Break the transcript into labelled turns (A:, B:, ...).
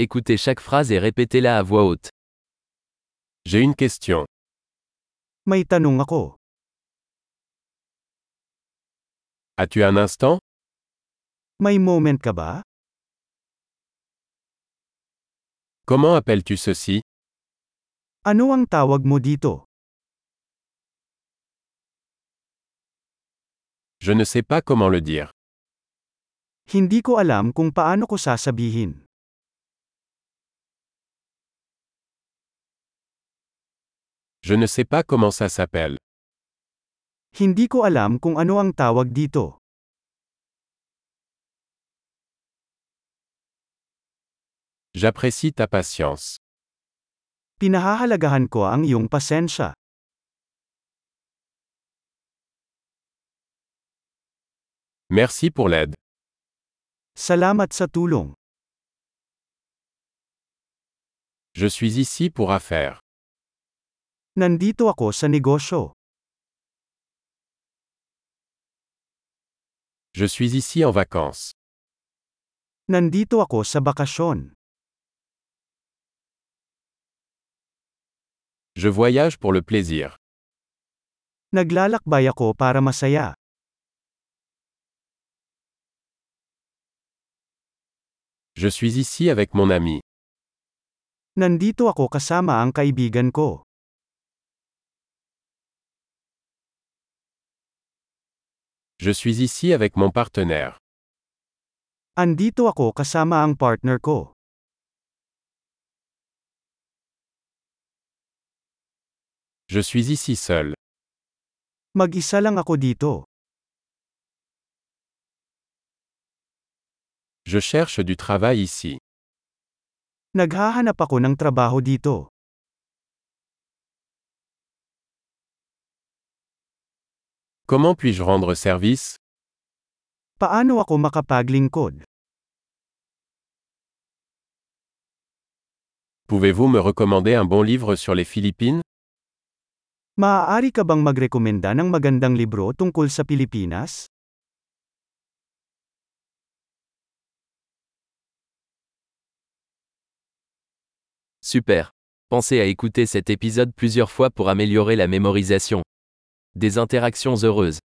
A: Écoutez chaque phrase et répétez-la à voix haute.
B: J'ai une question.
C: May tanong ako.
B: As-tu un instant
C: May moment ka ba?
B: Comment appelles-tu ceci
C: Ano ang tawag mo dito?
B: Je ne sais pas comment le dire.
C: Hindi ko alam kung paano ko sasabihin.
B: Je ne sais pas comment ça s'appelle.
C: Hindi ko alam kung ano ang tawag dito.
B: J'apprécie ta patience.
C: Pinahahalagahan ko ang iyong pasensya.
B: Merci pour l'aide.
C: Salamat sa tulong.
B: Je suis ici pour affaires.
C: Nandito ako sa negosyo.
B: Je suis ici en vacances.
C: Nandito ako sa bakasyon.
B: Je voyage pour le plaisir.
C: Naglalakbay ako para masaya.
B: Je suis ici avec mon ami.
C: Nandito ako kasama ang kaibigan ko.
B: Je suis ici avec mon partenaire.
C: Andito ako kasama ang partner ko.
B: Je suis ici seul.
C: Mag-isa lang ako dito.
B: Je cherche du travail ici.
C: Naghahanap ako ng trabaho dito.
B: Comment puis-je rendre service
C: Paano ako makapaglingkod?
B: Pouvez-vous me recommander un bon livre sur les Philippines
C: Maaari ka bang magrekomenda ng magandang libro tungkol sa Pilipinas?
A: Super. Pensez à écouter cet épisode plusieurs fois pour améliorer la mémorisation. Des interactions heureuses.